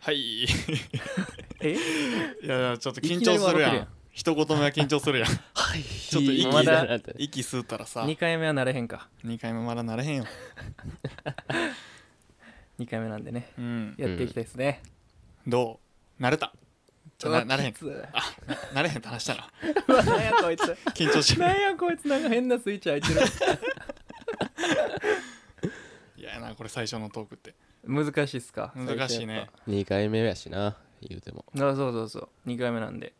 はい。い えやちょっと緊いき張なするやり笑ってるん。やん一言目は緊張するやん。はいちょっと息ままだだなって息吸ったらさ2、回目はなれへんか二回目まだなれへんよ。 2回目なんでねうん。やっていきたいですね、どう？慣れた。ちょうわななれへんき。ついう あ、なれへんって話したな。わなんやこいつ緊張してるなんやこいつなんか変なスイッチ入ってるいややなこれ最初のトークって難しいっすか難しい最ね。 2回目やしな言うても初やっぱあそうそうそう2回目なんで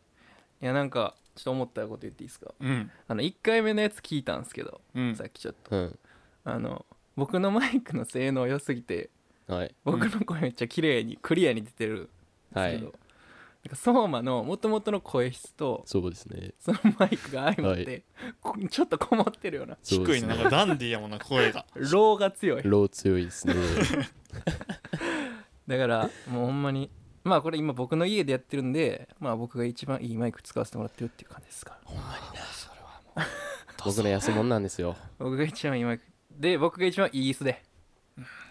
いやなんかちょっと思ったこと言っていいですかうん。あの1回目のやつ聞いたんですけど、うんさ。っきちょっとうんあの僕のマイクの性能良すぎてはい僕の声めっちゃ綺麗にクリアに出てるんですはけいど、なんか相馬のもともとの声質とそうですねそのマイクが相まって、こちょっとこもってるようなそうで低いすねねなんかダンディーやもんな声が。ローが強いロー強 いですねだからもうほんまにまあこれ今僕の家でやってるんでまあ僕が一番いいマイク使わせてもらってるっていう感じですからそれはも僕の安物なんですよ僕が一番いいマイクで僕が一番いい椅子で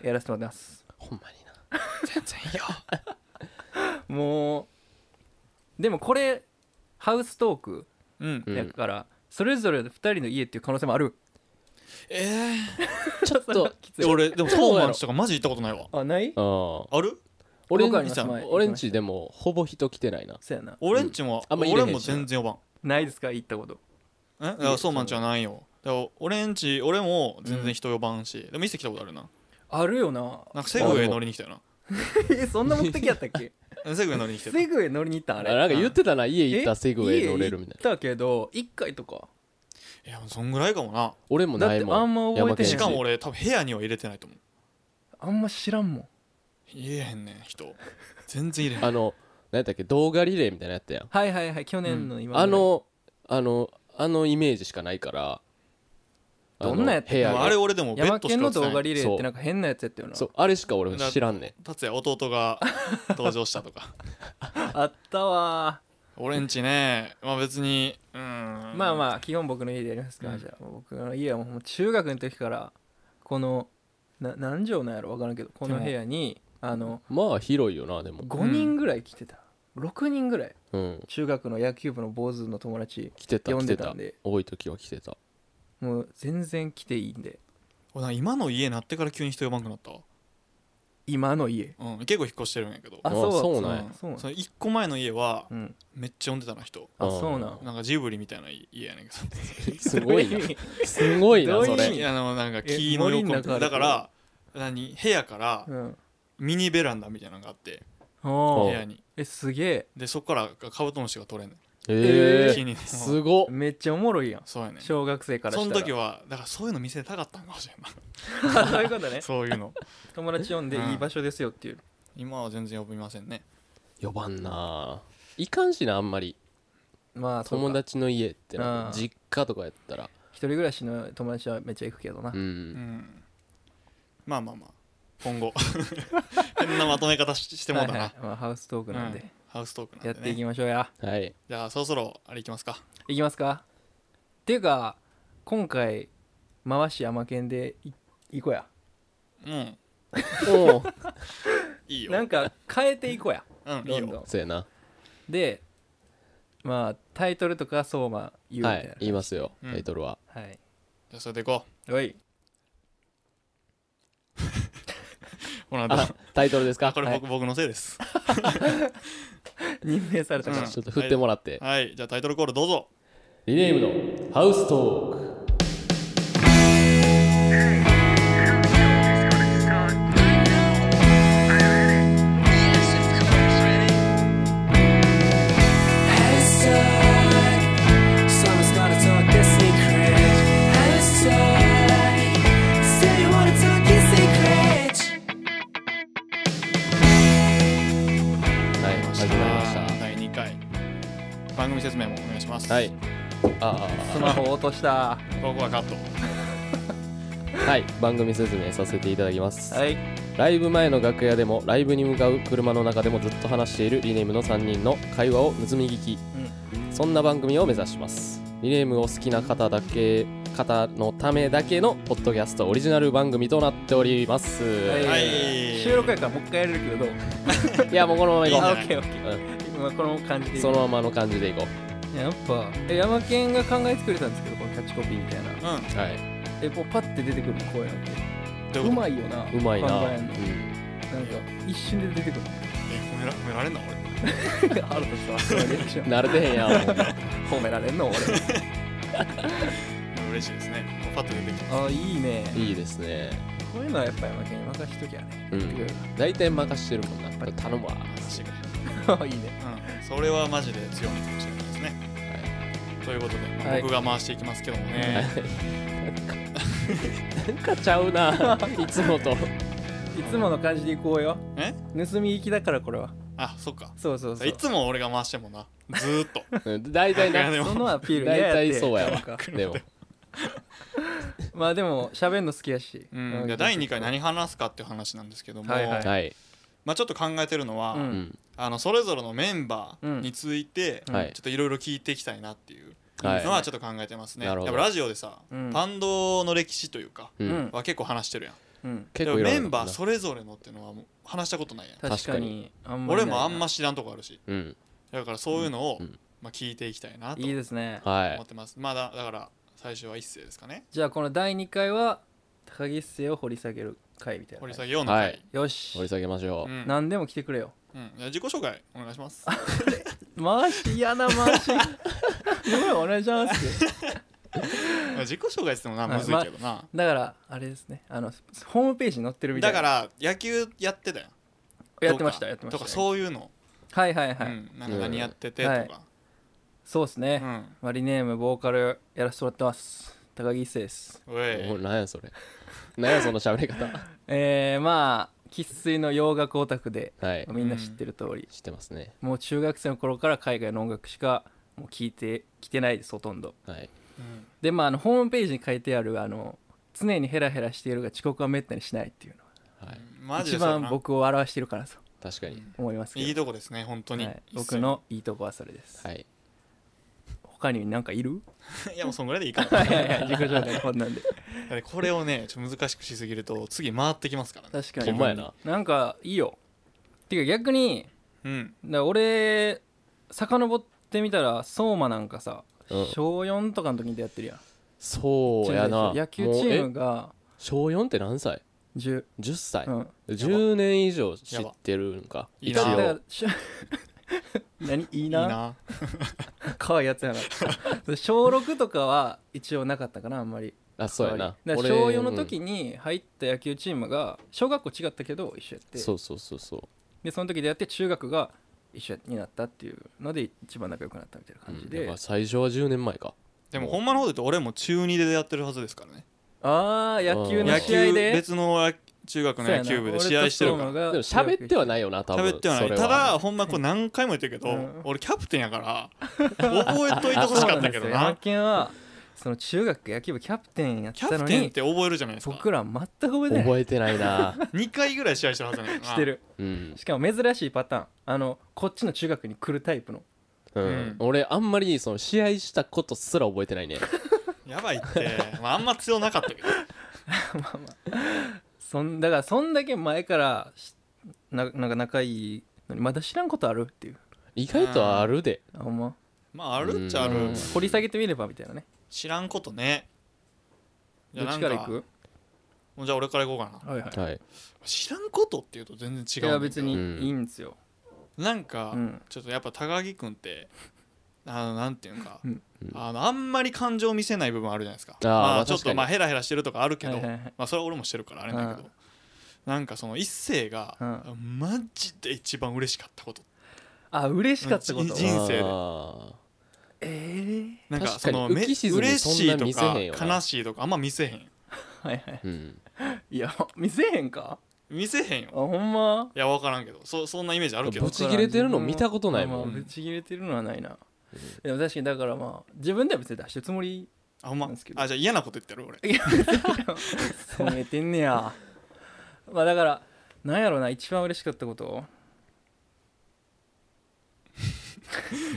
やらせてもらってますほんまになう全然いいよ。もうでもこれハウストークうん。うんだから、それぞれ2人の家っていう可能性もあるえちょっと きつえ。い俺でもソーマンチとかマジ行ったことないわ。あないああある？俺僕あんりますちゃん前俺んちでもほぼ人来てないなそうやな俺んちも、あんま入れへ俺んしなも全然呼ばん。ないですか行ったことえいやそうなんじゃないよだから俺んち俺も全然人呼ばんし、でも店来たことあるなあるよななんかセグウェイ乗りに来たよ えそんな目的やったっ けなセグウェイ乗りに来てたセグウェイ乗りに行ったんああれなんか言ってたな家行ったえらセグウェイ乗れるみた家いな行ったけど1回とかいやそんぐらいかもな俺もないもんだってあんま覚えてない山で県しかも俺多分部屋には入れてないと思うあんま知らんもん入れへんねん人全然入れへんあの何やったっけ動画リレーみたいなのやったやんはいはいはい去年の今ぐらいあのあのあのイメージしかないからあのどんなんやったっけ部で屋がもあれ俺でもベッ山ドし県かの落ち動てな画いリレーってなんか変なやつやったよなそうあれしか俺知らんねん達也弟が登場したと かあったわ俺んちねまあ別にうんーまああまあ基本僕の家でやりますから、じゃあ僕の家はもう中学の時からこのな何畳なんやろ分からんけどこの部屋にあのまあ広いよなでも5人ぐらい来てた、6人ぐらいうん中学の野球部の坊主の友達来てた読来んてでたたんで多い時は来てたもう全然来ていいんで今の家なってから急に人呼ばんくなったわ今の家うん結構引っ越してるんやけどああそうそううなんやんそうなんその1個前の家はうんめっちゃ呼んでたな人ああそうなんなんかジブリみたいな家やねんけどすごいどうなう意味すごいどうないうそ意味れあのなんかえ木の横森のみ中たいなあるだから何部屋から うんミニベランダみたいなのがあってお部ー屋にえすげえでそこからカブトムシが取れんねえ木ーにすごっめっちゃおもろいやんそうやねんそ小学生からしたのら時はだからそういうの見せたかったんかもしれんなあ そういうことねそういうの友達呼んでいい場所ですよっていう、今は全然呼びませんね呼ばんないかんしなあんまりまあ友友達達の家ってなあー実家とかやったら一人暮らしの友達はめっちゃ行くけどな、ううんんまあまあまあ今後 変なまとめ方ししてもうたはいはないまあ、ハウストークなんで、うんハウストークやなっんてでいきねましょうやはいじゃあそろそろあれいきますかいきますかっていうか今回回し甘けんでい行こうやうんおおいいよなんか変えていこうやうん いいどんどよん そうやなでまあタイトルとか相馬言うみたはいい言いますようんタイトルはなはいじゃあそれでいこおい、 うほなどうあタイトルですあかこれ僕僕のせいです任命されたかうらんちょっと振ってもらってはいじゃあタイトルコールどうぞリネームのハウストークはい始まりまし第2回番組説明もお願いしますたはいあスマホ落としたここはカットあはい番組説明させていただきますはいライブ前の楽屋でもライブに向かう車の中でもずっと話しているリネームの3人の会話を盗み聞き、そんな番組を目指しますリネームを好きな方だけ方のためだけのポッドキャストオリジナル番組となっております、はいはい収録やからもう一回やれるけどどうい、やもうこのままいこいいあねオッケーオッケー、まあ、この感じうでそのままの感じでいこやっぱえ山県が考えてくれたんですけどこのキャッチコピーみたいなううはいえもうパッて出てくるのこういうのっんてどういううことまいよなうまいな、考うえんのなんん、か一瞬で出てくえ褒めら褒められんな俺る 腹立つわそのリアクシ ョン慣れてへんやんもう褒められんの俺嬉しいですねパッと出てきてあいいねいいですねこういうのはやっぱ山県に任しときゃね ういろいん大体任してるもんなこれ頼 むわ話がろいいねうんそれはマジで強みかもしれないですねということで、まあはい僕が回していきますけどもはいね、 なんかちゃうないつもといつもの感じでいこうよえ盗み行きだからこれはあそっかそうそうそういつも俺が回してんもんなずーっとうん大体なでも そのアピール大嫌やって体そうやなんわかでも まあでも喋んの好きやし、うん、で第2回何話すかっていう話なんですけども、はいはいはいまあ、ちょっと考えてるのは、ううんんあのそれぞれのメンバーについて、うんはいちょっといろいろ聞いていきたいなっていうはのいはちょっと考えてますね、なやるっほぱどラジオでさ、うんバンドの歴史というかううんんは結構話してるやんうんで結構もいろいメろンバーなそれぞれのっていうのはもう話したことないやん確かにあんま俺りないなもあんま知らんとこあるしうんだからそういうのを、うんうんまあ、聞いていきたいなといいですねは思ってます、まあだだから最初は一世ですかねじゃあこの第2回は高木一生を掘り下げる回みたいな掘感りじ下げようの回、はいよい掘りし下げましょううん何でも来てくれようん、じゃあ自己紹介お願いし ます回し嫌な回しごめんお願いします自己紹介してもなはいむずいけどな、だからあれですねあのホームページに載ってるみたいだなから野球やってたやんやってましたやってましたとかそういうの、はいはいはい、うん、なんか何やっててとか、そうですね、うんマリネームボーカルやらせてもらってます高木一生ですおいおなんやそれなんやその喋り方 えー、まあ生粋の洋楽オタクではいみんな知ってる通り、知ってますねもう中学生の頃から海外の音楽しかもう聞いてきてないですほとんどはいうんでまああのホームページに書いてあるあの常にヘラヘラしているが遅刻はめったにしないっていうのはいマジで一そうだ番な僕を表してるからと確かに思いますけどいいとこですね本当に、はい、僕のいいとこはそれです、はい他に何かいる一切 いやもうそんぐらいでいいかはないはいはい 自己紹介こんなんでだってこれをねちょっと難しくしすぎると次回ってきますからね確かにほんまやななんかいいよていうか逆にうんだから俺遡ってみたら相馬なんかさ、うん小4とかの時に出会ってるやんそうやな野球チーもうムえが小4って何歳10 ?10 歳うん10年以上知ってるんかいい一なだから応し 何いいいいなな可愛いやつやな 小6とかは一応なかったかなあんまりあそうやなだから俺小4のう時に入った野球チームが小学校違ったけど一緒やっんてそうそうそうそうでその時でやって中学が一緒になったっていうので一番仲良くなったみたいな感じうで、んだからあ最初は10年前かでもほんまの方で言うと俺も中2でやってるはずですからねあー野球うんの野試合球で別の中学の野球部で試合してるからでも喋ってはないよな多分喋ってはないそれただほんまこう何回も言ってるけど、うん俺キャプテンやから 覚えといてほしかったけどヤマなケンはその中学野球部キャプテンやってキたャのプテンっにて覚えるじゃないですか僕ら全く覚えてない覚えてないな2回ぐらい試合してるはずなんだよなしてるうんしかも珍しいパターンあのこっちの中学に来るタイプのうんうん俺あんまりその試合したことすら覚え てないねやばいって、まあ、あんま強なかったけどそんだからそんだけ前からしななんか仲いいのにまだ知らんことあるっていう意外とあるであほんままああるっちゃあるうん掘り下げてみればみたいなね知らんことねじゃどあっなんちからいくじゃあ俺からいこうかなはいはいはい知らんことっていうと全然違うんだけいどや別にうんいいんですよなんか、うんちょっとやっぱ高木君ってあのなんていうのか、うんあのあんまり感情見せない部分あるじゃないですかあーままあ、あちょっ確かとにまあヘラヘラしてるとかあるけど、はいはいはいまあそれは俺もしてるからあれだけど、なんかその一世が、マジで一番嬉しかったことあ嬉しかったこと人生であええなんか確かそにの浮き沈み嬉しいそんなと見せへんよかな悲しいとかあんま見せへんはいはいーうんいや見せへんか見せへんよあほんまいや分からんけどそそんなイメージあるけどぶち切れてるの見たことないもんまあまあぶち切れてるのはないな、でも確かにだからまあ自分では別に出してるつもりあほんまなんですけどあじゃあ嫌なこと言ってる俺そう見えてんね やまあだからなんやろな一番嬉しかったこと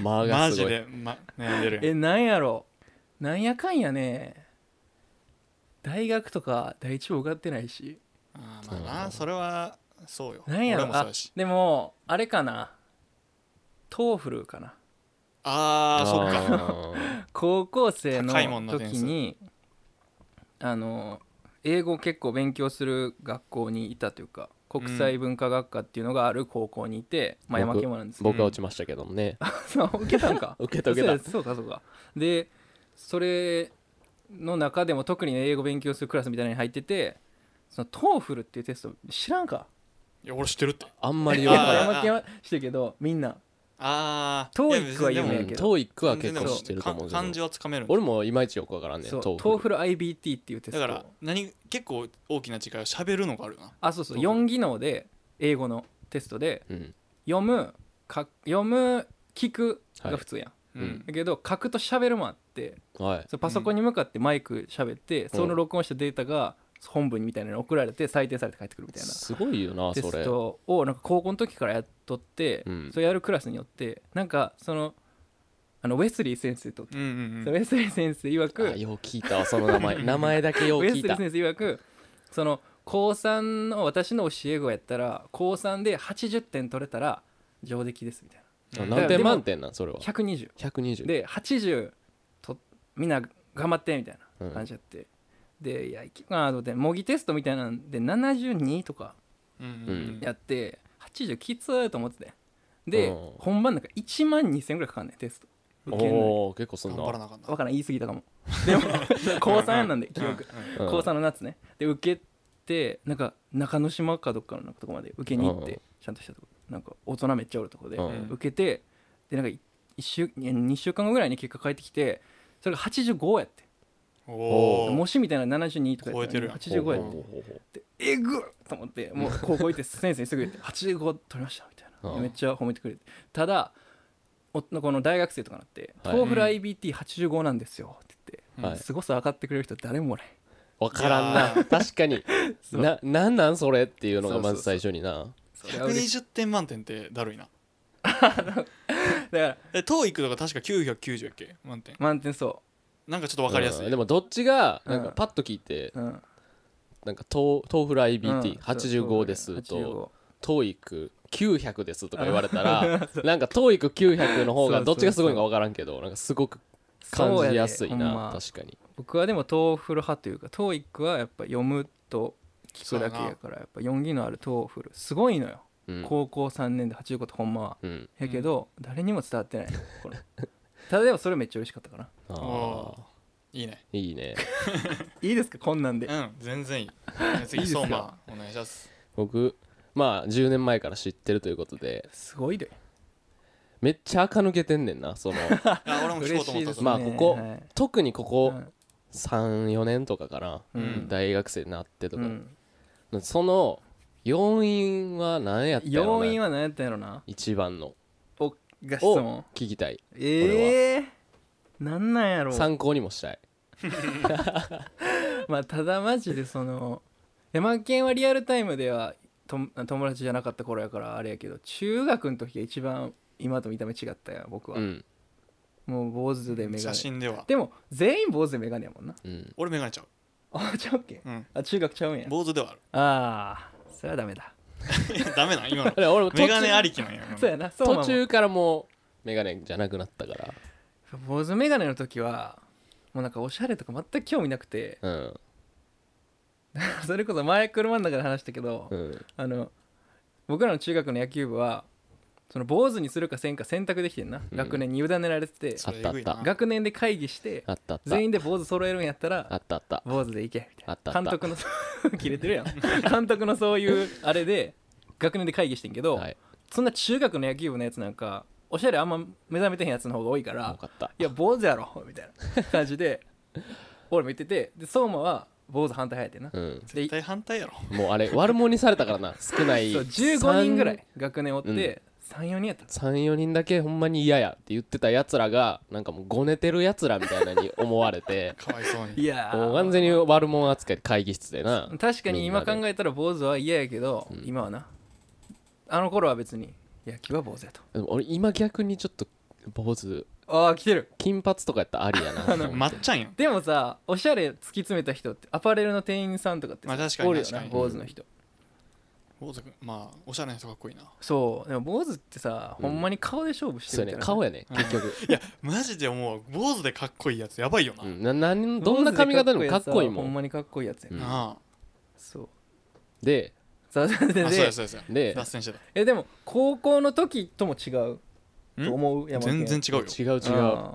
間がマすジごいで、ま、悩んでるやんえなんやろなんやかんやね大学とか第一部受かってないしあーまあなそれはそうよなんや俺ろもそうあやしでもあれかなトーフルかなああそっかか高校生の高いもんな点数時にあの英語を結構勉強する学校にいたというか国際文化学科っていうのがある高校にいて、まあ山僕県もなんですけど 僕は落ちましたけどもねそう 受けた んか受けた受けたそうかそうかでそれの中でも特に英語勉強するクラスみたいなのに入っててそのトーフルっていうテスト知らんかいや俺知ってるってあんまりあよーく山ない山県はしてるけどみんなああ TOEIC は有う名やんけど TOEIC は結構知ってると思うけど漢字はつかめるんだ俺もいまいちよくわからんねそうトトーーフフルル IBT っていうテスだトから何結構大きな違いは喋るのがあるよなあそうそうトーフル4技能で英語のテストでうん読むか読む聞くが普通やん、ううんんだけど書くと喋るもあってはいそうパソコンに向かってマイク喋って、その録音したデータが本文みたいなのに送られて採点されて帰ってくるみたいなすごいよなテそスれトをなんか高校の時からやっとって、うんそれやるクラスによってなんかそのあのウェスリー先生と、うんうんそうのウェスリー先生曰あくウよう聞いたわその名 前名前だけようェス聞リいーた先生曰くその高3の私の教え子やったら高3で80点取れたら上出来ですみたいうんあうんだか何らで点も満点なんそれはな120 120で80とみんな頑張ってみたいうんな感じやって、でいやいきなと思って模擬テストみたいなんで72とかうんうんやって80きつーと思っててで、うん本番なんか1万2000ぐらいかかんねんテスト受けんのおお結構すん頑な張らなあかんな分からん言い過ぎ たかもでも高3なんで記憶、うんうん高3の夏ねで受けてなんか中之島かどっかのなんかとこまで受けに行って、うんちゃんとしたとこなんか大人めっちゃおるとこで、うん受けてでなんか1週2週間後ぐらいに結果返ってきてそれが85やってお模お試みたいな72とかやったのに超え85やっほうてほうほうでえぐっと思ってもう高校行って先生にすぐ言って85取 りましたみたいなうんでめっちゃ褒めてくれてただおこの大学生とかなって「はトいーフル IBT85 なんですよ」って言って。はいすごさ分かってくれる人誰もおらへんわからんな確かに そうななんなんそれっていうのがそうそうそうまず最初になそれは嬉しい120点満点ってだるいなだからえ TOEIC とか確か990やっけ満点満点そなんかちょっとわかりやすういんでもどっちがなんかうんパッと聞いてう、うん、なんかトートーフルうん IBT85 ですと TOEIC900 ですとか言われた らなんか TOEIC900 の方そがうどっちがすごいのかわからんけどなんかすごく感じやすいそうやでほんなま確かに僕はでもトーフル派というかトーイックはやっぱ読むと聞くだけやからやっぱ4技能あるトーフルすごいのよ、うん高校3年で85ってほんまはうんやけど、誰にも伝わってないこれただでもそれめっちゃ嬉しかったかなあおーーいいねいいねいいですかこんなんでうん全然い いいい次ですか相馬お願いし ます僕まあ10年前から知ってるということですごいでめっちゃ垢抜けてんねん なそのあ俺も聞こうと思った嬉しいですそねれまあここ、はい特にここうん34年とかかな、うん大学生になってとかう、んその要因は何やったやろ要な因は何やったんやろな一番のおが質を問聞きたいええなんなんやろう参考にもしたい まあただマジでその山県はリアルタイムではと友達じゃなかった頃やからあれやけど中学の時が一番今と見た目違ったよ僕は、うんもう坊主でメガ写ネ真ではでも全員坊主でメガネやもんなうん俺メガネちゃうあちゃうっけうんあ中学ちゃうんや坊主ではあるああそれはダメだ ダメなん今のあれ俺も途メガネあ中りきなんや今のそうやなそう途中からもうメガネじゃなくなったから坊主メガネの時はもうなんかおしゃれとか全く興味なくてうんそれこそ前車の中で話したけど、うんあの僕らの中学の野球部はその坊主にするかせんか選択できてんな、うん学年に委ねられててそれえぐいなあったあっ学年で会議してあったあった全員で坊主揃えるんやったあらったあった坊主でいけみあたいったあなった監督の 切れてるやん監督のそういうあれで学年で会議してんけど、はいそんな中学の野球部のやつなんかおしゃれあんま目覚めてへんやつの方が多いから多かったいや坊主やろみたいな感じで俺も言っててで相馬は坊主反対派やってんな、うん絶対反対やろもうあれ悪者にされた からな少ないそう15人ぐらさんい学年おって、うん34人やった34人だけほんまに嫌やって言ってたやつらがなんかもうごねてるやつらみたいなに思われてかわいそういにやーもう完全に悪者扱いで会議室でな確かに今考みんなでえたら坊主は嫌やけど、ん今はなあの頃は別に野球は坊主やとでも俺今逆にちょっと坊主ああ来てる金髪とかやったらありやなまっちゃんやんでもさおしゃれ突き詰めた人ってアパレルの店員さんとかってまさあ確かおにるよ確かなに坊主の人坊主君まあおしゃれな人かっこいいなそうでも坊主ってさうんほんまに顔で勝負してそうるやみたねいな顔やね結局、マジで思う坊主でかっこいいやつやばいよな、う、なんななんどんな髪型でもかっこいいもほんんまにかっこいいやつやうんあそうでさであそうやでそうやそうやで脱線してたえでも高校の時とも違うとん思う山全然違違うよ違う違う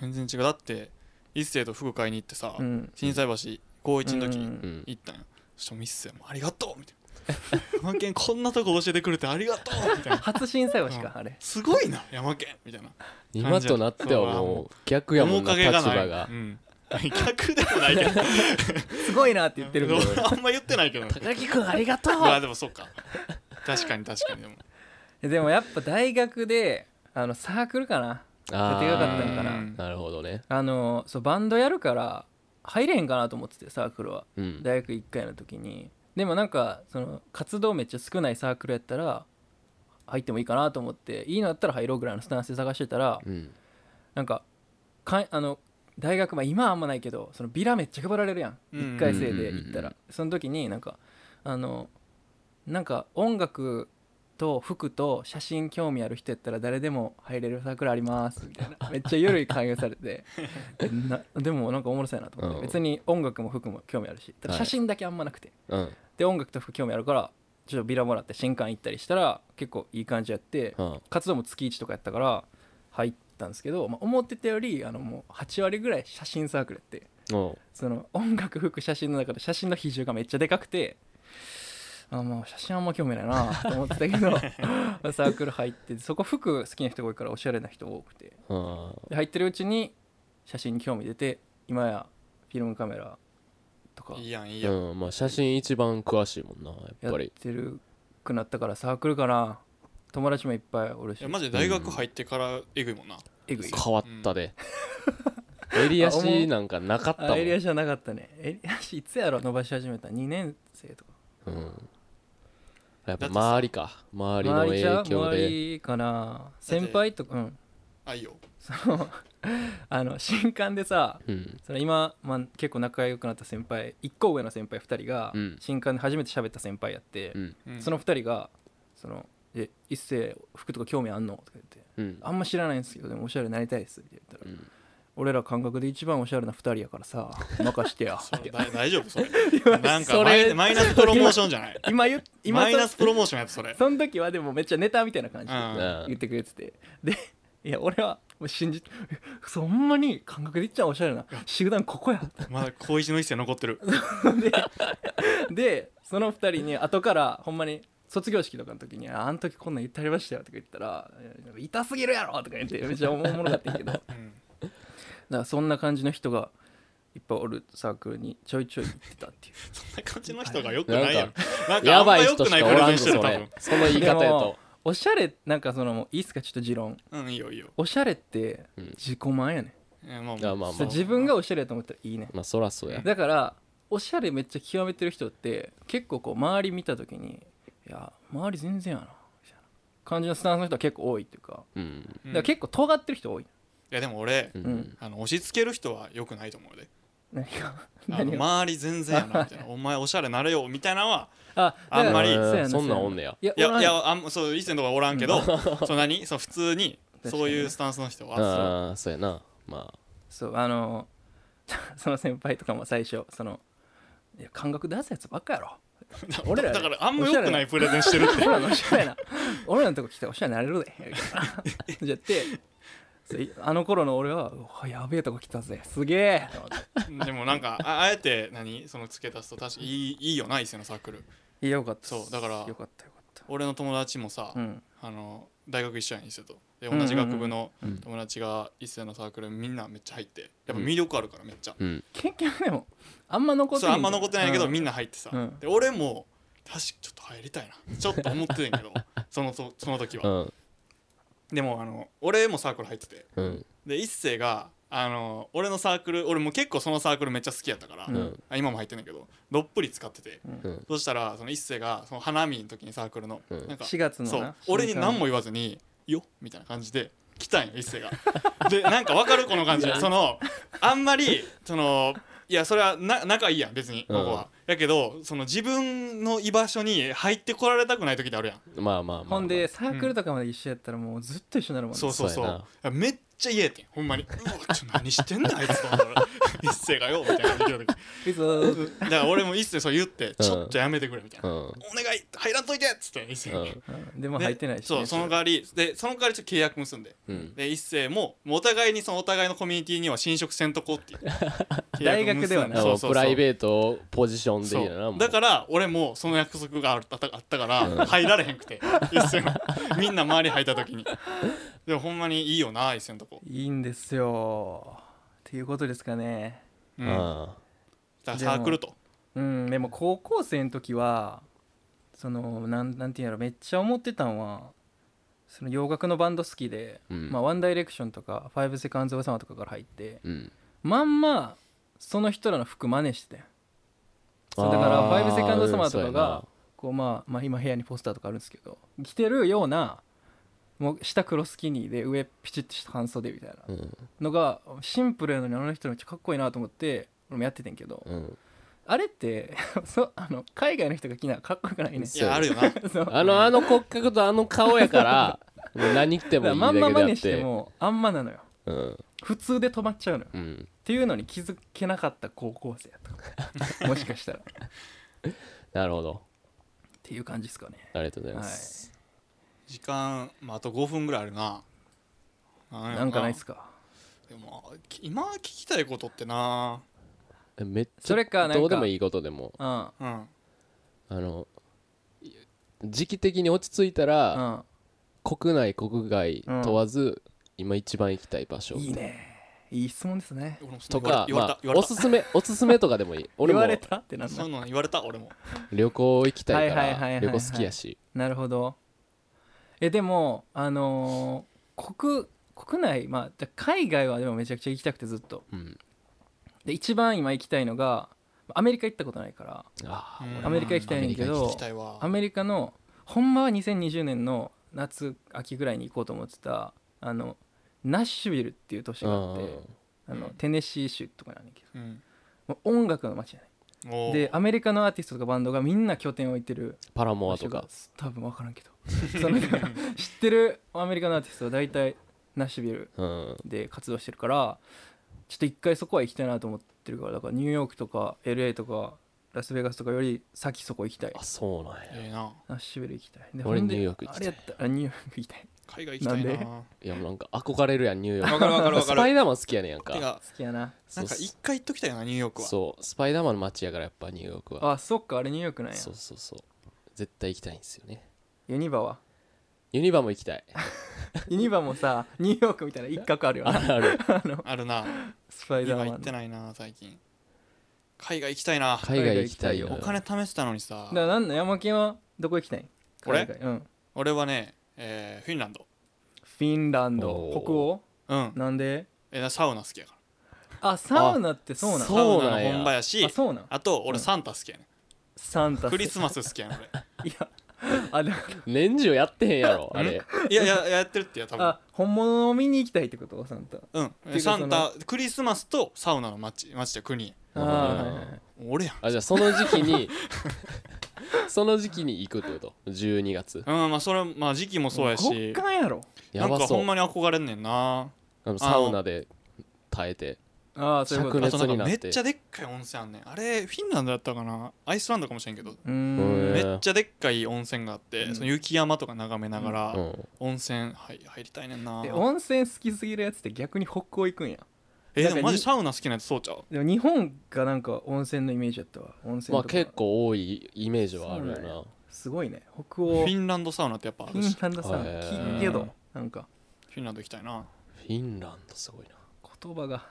全然違うだって一星と服買いに行ってさ、うん心斎橋高一の時、うんうん行ったんよそしたらもう一星も「ありがとう」みたいな「山県こんなとこ教えてくれてありがとう」みたいな初心者しうかんあれすごいな山県みたいな今となってはもう逆やも面んな影立がない場がうん、 逆でもないけどすごいなって言ってるけど俺あんま言ってないけど高木君ありがとまあでもそうか確かに確かにでもうでもやっぱ大学であのサークルかなあー手がかったんかなうんなるほどねあのそうバンドやるから入れへんかなと思っててサークルはうん大学1回の時にでもなんかその活動めっちゃ少ないサークルやったら入ってもいいかなと思っていいのやったら入ろうぐらいのスタンスで探してたらうんなんかかあの大学まあ今はあんまないけどそのビラめっちゃ配られるやんうん1回生で行ったうんうんうんうらんその時になんかあのなんか音楽と服と写真興味ある人やったら誰でも入れるサークルありますみたい なめっちゃ緩い勧誘されてなでもなんかおもろそうやなと思って、うん別に音楽も服も興味あるしただはい写真だけあんまなくて、うんで音楽と服興味あるからちょっとビラもらって新刊行ったりしたら結構いい感じやって、うん活動も月1とかやったから入ったんですけど、まあ、思ってたよりあのもう8割ぐらい写真サークルやっておうその音楽服写真の中で写真の比重がめっちゃでかくてあまあ写真あんま興味ないなと思ってたけどサークル入ってそこ服好きな人が多いからおしゃれな人多くてうんで入ってるうちに写真に興味出て今やフィルムカメラとかいいやんいいやん、うんまあ写真一番詳しいもんなややっっぱりてるくなったからサークルかな友達もいっぱいおるいしやマジで大学入ってからえぐいもんな、えぐい変わったでエリアシなんかなかったもあんエリアシじゃなかったねエリアシいつやろ伸ばし始めた2年生とかうんやっぱ周りか周りの周り影じゃ響周でりかなて先輩とかうん あいいよそのあの新刊でさうんその今、まあ、結構仲良くなった先輩1個上の先輩2人が、うん新刊で初めて喋った先輩やってう、んうんその2人が「そのえ一世服とか興味あんの?」とか言ってうん「あんま知らないんですけどでもおしゃれになりたいです」って言ったら、うん俺ら感覚で一番おしゃれな2人やからさ任して や」そっれてだ大丈夫それなんかマそれイマイナスプロモーションじゃない今言っ今マイナそスプロモーションやったそれその時はでもめっちゃネタみたいな感じでうん言ってくれてて、でいや俺はもう信じてそんなに感覚でいっちゃおしゃれな集団ここやまだ高一の一世残ってるででその二人に後からほんまに卒業式とかの時に「ああの時こんなん言ってありましたよ」とか言ったら「痛すぎるやろ!」とか言ってめっちゃおもろかったんやけどだかうんらそんな感じの人がいっぱいおるサークルにちょいちょい行ってたっていうそんな感じの人がよくないやんなんかあやんまばいよ人くしないかプおレらゼんンしぞてるそ多れ分その言い方やでと もおしゃれなんかそのいいっすかちょっと持論うんいいよいいよおしゃれってうん自己満やね、いやまあいやまあまあん、自分がおしゃれやと思ったらいいねんまあそらそうや だからおしゃれめっちゃ極めてる人って結構こう周り見た時にいや周り全然やなみたいな感じのスタンスの人は結構多いっていうか,、うんうんだから結構尖ってる人多いいやでも俺うんうんあの押し付ける人はよくないと思うで何 があの何が周り全然やなみたい なお前おしゃれなれよみたいなのはああんまりだからうやそんなんうやおんねやいやいやいいややあんそう以前とかおらんけど そんなにそう普通にかにそういうスタンスの人はああそうやなまそうあの その先輩とかも最初そのいや感覚出すやつばっかや ろそう俺らだからあんまよくないプレゼンしてる って俺らのおしゃれな俺らのとこ来ておしゃれになれるでみたいなじゃってそういあの頃の俺はうわやべえとこ来たぜすげえと思ってでもなんかああえて何その付け足すと確かいいいいよな伊勢のサークルいやよかったっすそうだからよかったよかっ俺の友達もさ、たうんあの大学一緒やん伊勢とでうんうんう同んじ学部のうん友達が伊勢のサークルみんなめっちゃ入ってやっぱ魅力あるからめっちゃ、あうん結局でもあんま残ってそうあんま残ってないけど、みなんな入ってさ、うんで俺も確かちょっと入りたいなちょっと思ってたんやけど そのそその時うは、んでもあの俺もサークル入っててうんで一星があの俺のサークル俺も結構そのサークルめっちゃ好きやったから、うんあ今も入ってんだけどどっぷり使ってて、うんそしたらその一星がその花見の時にサークルの、うんなんか4月のそうな俺に何も言わずに「よ」みたいな感じで来たんよ一世がでなんかわかるこの感じそのあんまりそのいやそれはな仲いいやん別にここは、だけどその自分の居場所に入ってこられたくない時ってあるやんまあまあまあ、まあ、ほんでサークルとかまで一緒やったらもうずっと一緒になるもんねそうそうそそうやうめっちゃ言えてんほんまに「うわちょ何してんだあいつ」と思ったら「一世がよ」みたいな言ってきうそた時だから俺も一世そう言って「ちょっとやめてくれ」みたいな「うんお 願い入らんといて」っつって一世に、うんうんでも入ってないしね、そうその代わりでその代わりちょっと契約結んでうんで一世ももうお互いにそのお互いのコミュニティには侵食せんとこって いう大学ではなそあうそのうそうプライベートポジションでそいいよなうもうだから俺もその約束があったあったから入られへんくて一世のみんな周り入った時にでもほんまにいいよな一世のとこ、いいんですよっていうことですかねう、うんん、だからサークルとうんでも高校生の時はそのなんなんていうんやろめっちゃ思ってたんはその洋楽のバンド好きで、うんまあ、ワンダイレクションとかファイブセカンズ・オブ・サマーとかから入ってうんまんまその人らの服真似してたよそうだからあーファイブセカンドサマーとかうんそうやながこうまあまあ今部屋にポスターとかあるんですけど着てるようなもう下黒スキニーで上ピチッとした半袖みたいなうんのがシンプルやのにあの人めっちゃかっこいいなと思って俺もやっててんけどうんあれって そうあの海外の人が着ならかっこよくないねいそうやあるよなそうあのあの骨格とあの顔やから もう何着てだもかいらいまだんま真けであっ似しててもあんまなのようん普通で止まっちゃうのよっうんていうのに気づけなかった高校生や ともしかしたらっなるほどていう感じですかねありがとうございます、時間、まあ、あと5分ぐらいあるなななんかないっかすかでもき今聞きたいことってなえめっちそれかなゃんかどうでもいいことでもうんうんあのい時期的に落ち着いたうら、ん国内国外問わず、今一番行きたい場所いいねいい質問ですね俺もそとんなか、言われまた言わあ、れおたす すめおすすめとかでもいい俺言もわれたってなんそだういうの言われた俺も旅行行きたいかはいはいはいはいらはい旅行好きやしなるほどえでもあのー国国内まあじゃあ海外はでもめちゃくちゃ行きたくてずっとうんで一番今行きたいのがアメリカ行ったことないからあーうん俺アメリカ行きたいねんけアメリカ聞どきたいわアメリカのほんまは2020年の夏秋ぐらいに行こうと思ってたあのナッシュビルっていう都市があってあのテネシー州とかなんだけうんどもう音楽の街やねおーでアメリカのアーティストとかバンドがみんな拠点を置いてるパラモ場アと所かが多分分からんけど その知ってるアメリカのアーティストは大体ナッシュビルうんで活動してるからちょっと一回そこは行きたいなと思ってるからだからニューヨークとか LA とかラスベガスとかより先そこ行きたいあそうなんやええなナッシュビル行きたいで俺ほんでニューヨーク行きたいあれやったらニューヨーク行きたい海外行きたいなんでないやもうなんか憧れるやんニューヨークわかるわかるわかるスパイダーマン好きやねんやんてかか好きやなそなうんか一回行っときたいなニューヨークはそうスパイダーマンの街やからやっぱニューヨークはあそっかあれニューヨークなんやそうそうそう絶対行きたいんですよねユニバはユニバも行きたいユニバもさニューヨークみたいな一角あるよあなるあるあるなスパイダ今ー行マっンてのないな最近海外行きたいな海外行きたいよお金貯めてたのにさだからなんだ山県はどこ行きたいん俺海外うん俺はねえーフィンランドフィンランおドー北欧うんなんでえなサウナ好きやかあサウナってそうらなのサそうウなんやナの本場やしあそうなんあとう俺んサンタ好きやねサンタクリスマス好きやね俺いやあだか年中やってへんやろあれいやいややってるってや多ら分あ本物を見に行きたいってことサンタ うんていえうかサンタクリスマスとサウナの街街で国ああはいはいはい俺やんあじゃあその時期に その時期に行くってこと12月うんまあそれまあ時期もそうやし極寒やろなやんばかそほうんまに憧れんねんなあのサウナで耐えてああそういうこと灼熱あとなんになかっめってちゃでっかい温泉あんねんあれフィンランドやったかなアイスランドかもしれんけどうーうんんめっちゃでっかい温泉があって、うんその雪山とか眺めながら、うん温泉入入りたいねんなえ温泉好きすぎるやつって逆に北欧行くんやえなんでかもマジにサウナ好きなやつそうちゃうでも日本がなんか温泉のイメージやったわ温泉まあとか結構多いイメージはあるそうなんやよすごいね北フ欧フィィンランドサウナってやっぱあるしンランドさんへー聞くけどなんかフィンランド行きたいななフィンランドすごいな言葉が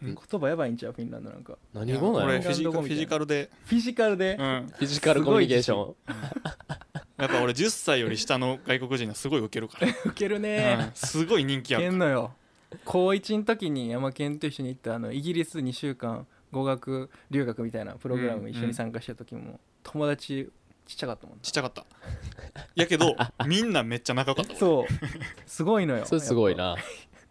うん言葉やばいんちゃうフィンランドなんか何語なんいややろ俺フィジカルフィンランド語フみたいィなジカルで、フィジカルでうん、やっフィジカルコミュニケーションぱ俺10歳より下の外国人がすごいウケるか受けるら、うねん、すごい人気受あけるんのよ高1の時に山県と一緒に行ったあのイギリス2週間語学留学みたいなプログラム一緒に参加した時も友達ちっちゃかったもんちっちゃかったやけどみんなめっちゃ仲良かったそうすごいのよそれすごいな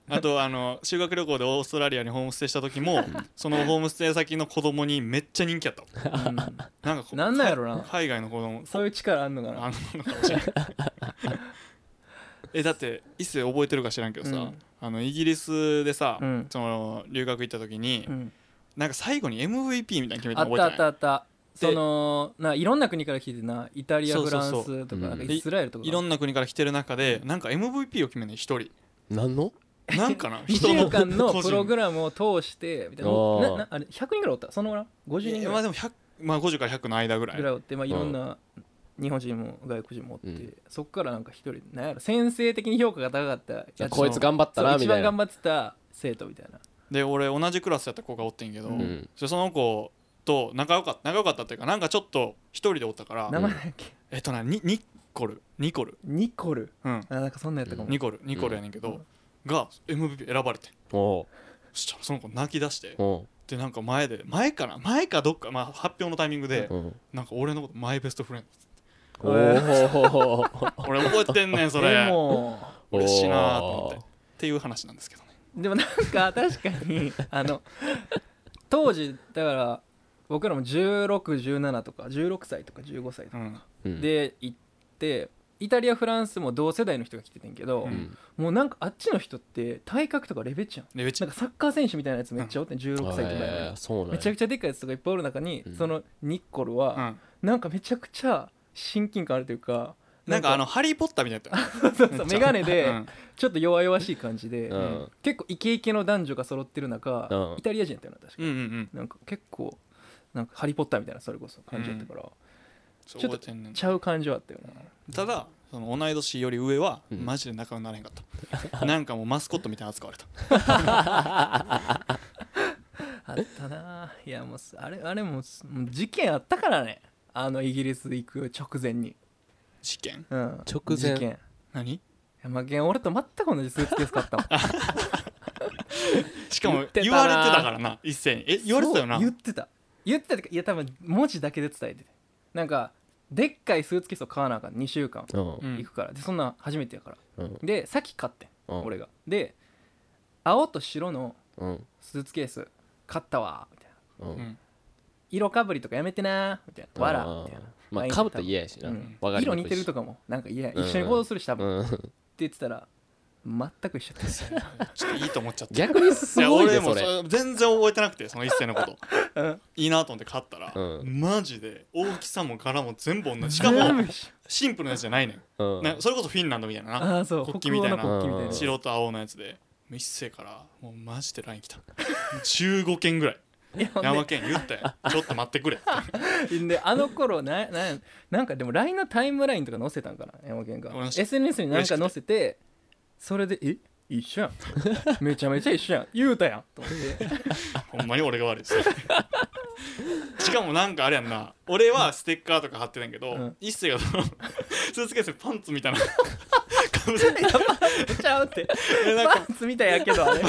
あとあの修学旅行でオーストラリアにホームステイした時もそのホームステイ先の子供にめっちゃ人気やったやっぱうんなんかこなんなんやろなか海外の子供そういう力あんのかなあのかも しれないえだって一世覚えてるか知らんけどさ、うんあのイギリスでさ、うんその留学行った時に、うんなんか最後に MVP みたいなの決めたあのっ覚えたあてなったいあったそのないろんな国から聞いてなイタリアそうフそうランそうスとうんかなんかイスラエルとかいろんな国から来てる中でなんか MVP を決めんねん一 人何のなんかな1週間の個人プログラムを通してみたいなあーななあれ100人ぐらいおったそのぐらい50人いぐやまらあいでも100、まあ、50から100の間ぐらいぐらいおって、まあ、いろんうな日本人も外国人もおって、うんそっからなんか一人なんやろ先生的に評価が高かったやつこいつ頑張っそたうなみ一た番い頑な張ってた生徒みたいなで俺同じクラスやった子がおってんけど、うんその子と仲良かった仲良かったっていうかなんかちょっと一人でおったから、名前だっけ、えっとなにニッコルニコルニコルうんあなんかそんなんやったかも、ニコルニコルやねんけど、うんが MVP 選ばれておうそしたらその子泣き出しておうでなんか前で前かな前かどっか、まあ、発表のタイミングで、うんなんか俺のことマイベストフレンおおド俺覚えてんね んそでれも嬉しいなーと思ってっていう話なんですけどねでもなん か確かにあの当時だから僕らも1617とか16歳とか15歳とうかんうんで行ってイタリアフランスも同世代の人が来ててんけうど、うんもうなんかあっちの人って体格とかレベチやんでめっちなゃんかサッカー選手みたいなやつめっちゃおってん16歳とかやのにあーそうなんやめちゃくちゃでっかいやつとかいっぱいおる中に、うんそのニッコルうはんなんかめちゃくちゃ親近感あるというかなんかあのハリー・ポッターみたいだったそうそうそうめっちゃ眼鏡うでんちょっと弱々しい感じで、うん結構イケイケの男女が揃ってる中、うんイタリア人やったよな確か、うんうんうんなんか結構なんか「ハリー・ポッター」みたいなそれこそ感じやったから、そうちょっ覚えとてんねんちゃう感じはあったよなただその同い年より上はうんマジで仲良くなれへんか った、なんかもうマスコットみたいな扱われたあったないやもうあれあれもうもう事件あったからねあのイギリス行く直前に、事件うん、直前事件何山県俺と全く同じスーツケース買ったもんしかも言ってた言なわれてたからな一斉にえ言われてたよなそう言ってた言ってたってかいや多分文字だけで伝えててなんかでっかいスーツケースを買わなあかん2週間うんうん行くから、でそんなん初めてやからうんでさっき買ってん、うん俺がで青と白のうんスーツケース買ったわみたいなううんん色かぶりとかやめてなみたいなわらみたいなまあラインかぶったら嫌やしなう分んかりにくいし色似てるとかもなんか嫌やうん一緒に行動するし多分、ってうん言ってたら全く一緒だっちょっといいと思っちゃった逆にすごいいねや俺でそれもそれ全然覚えてなくてその一斉のことたうんいいなと思って買ったら、うんマジで大きさも柄も全部同じしかも全部一緒シンプルなやつじゃないねん、うんなそれこそフィンランドみたいななああそう国旗北み欧たいのな国旗みたいうんな白と青のやつでもう一斉からもうマジで LINE 来た 15件ぐらいいやほんで山県言ったやんちょっと待ってくれってであの頃なななんかでも LINE のタイムラインとか載せたんかな山県が俺の SNS に何か載せてそれで「え一緒やんめちゃめちゃ一緒やん言うたやん」と思ってほんまに俺が悪い ですよしかもなんかあれやんな俺はステッカーとか貼ってたんやけど、うん一星がそ のスーツケースにパンツみたいなかぶせて「ちゃう」ってえなんか パンツみたいやけどあれ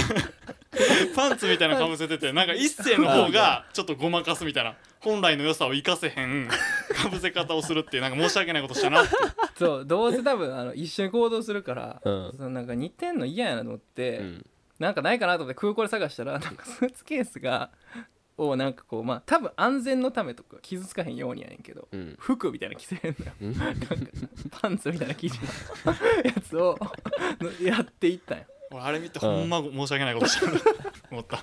パンツみたいなかぶせててなんか一星の方がちょっとごまかすみたいな本来の良さを生かせへんかぶせ方をするっていうなんか申し訳ないことしたなってそうどうせ多分あの一緒に行動するから、うんそのなんか似てんの嫌やなと思って、うんなんかないかなと思って空港で探したらなんかスーツケースがをなんかこうまあ多分安全のためとか傷つかへんようにやねんけど、うん服みたいなの着せるんだようんなんかパンツみたいな生地のやつを のやっていったんよ俺あれ見てほんま申し訳ないことしたなって思ったっ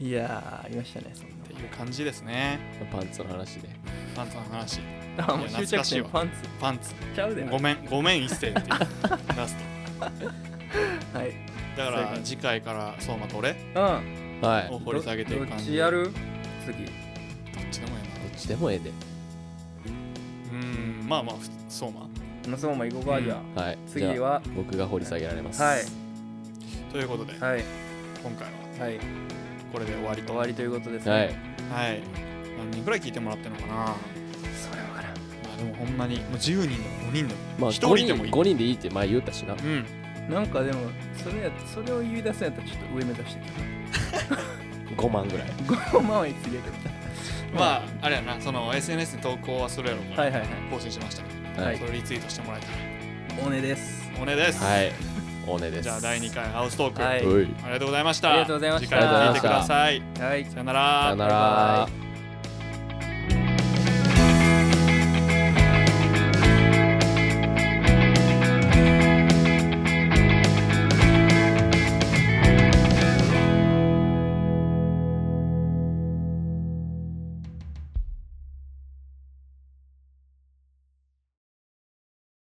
いやーありましたねそんなていう感じですねパンツの話でパンツの話あもういや懐終か着しい点わパンツパンツちゃうでなごめんごめん一星っていうラストはいだかそういうら感次回から相馬と俺うんはいをど掘り下げていどくっ感じちやる次どっちでもええっちでもええでなうーんまあまあふそうままあそうも行こうかじゃあはい次じゃあは僕が掘り下げられますはいということではい今回ははいこれで終わりと終わりということですねはいはい何人くらい聞いてもらってるのかなまそれは分からんあでもほんまにもう10人でも5人でもまあ一5人でもい人い五人でいいって前言ったしなうんなんかでもそれやそれを言い出すんやったらちょっと上目指して 5万ぐらい5万はいつげるまああれやなその SNS に投稿はするやろうから、はいはいはい更新しましたから、はいそれリツイートしてもらえたらおねですお願いです、はいおねですじゃあ第2回ハウストーク、ははいい回ありがとうございましたありがとうございました次回も聞いてくださいはいさよならさバイよなバらイ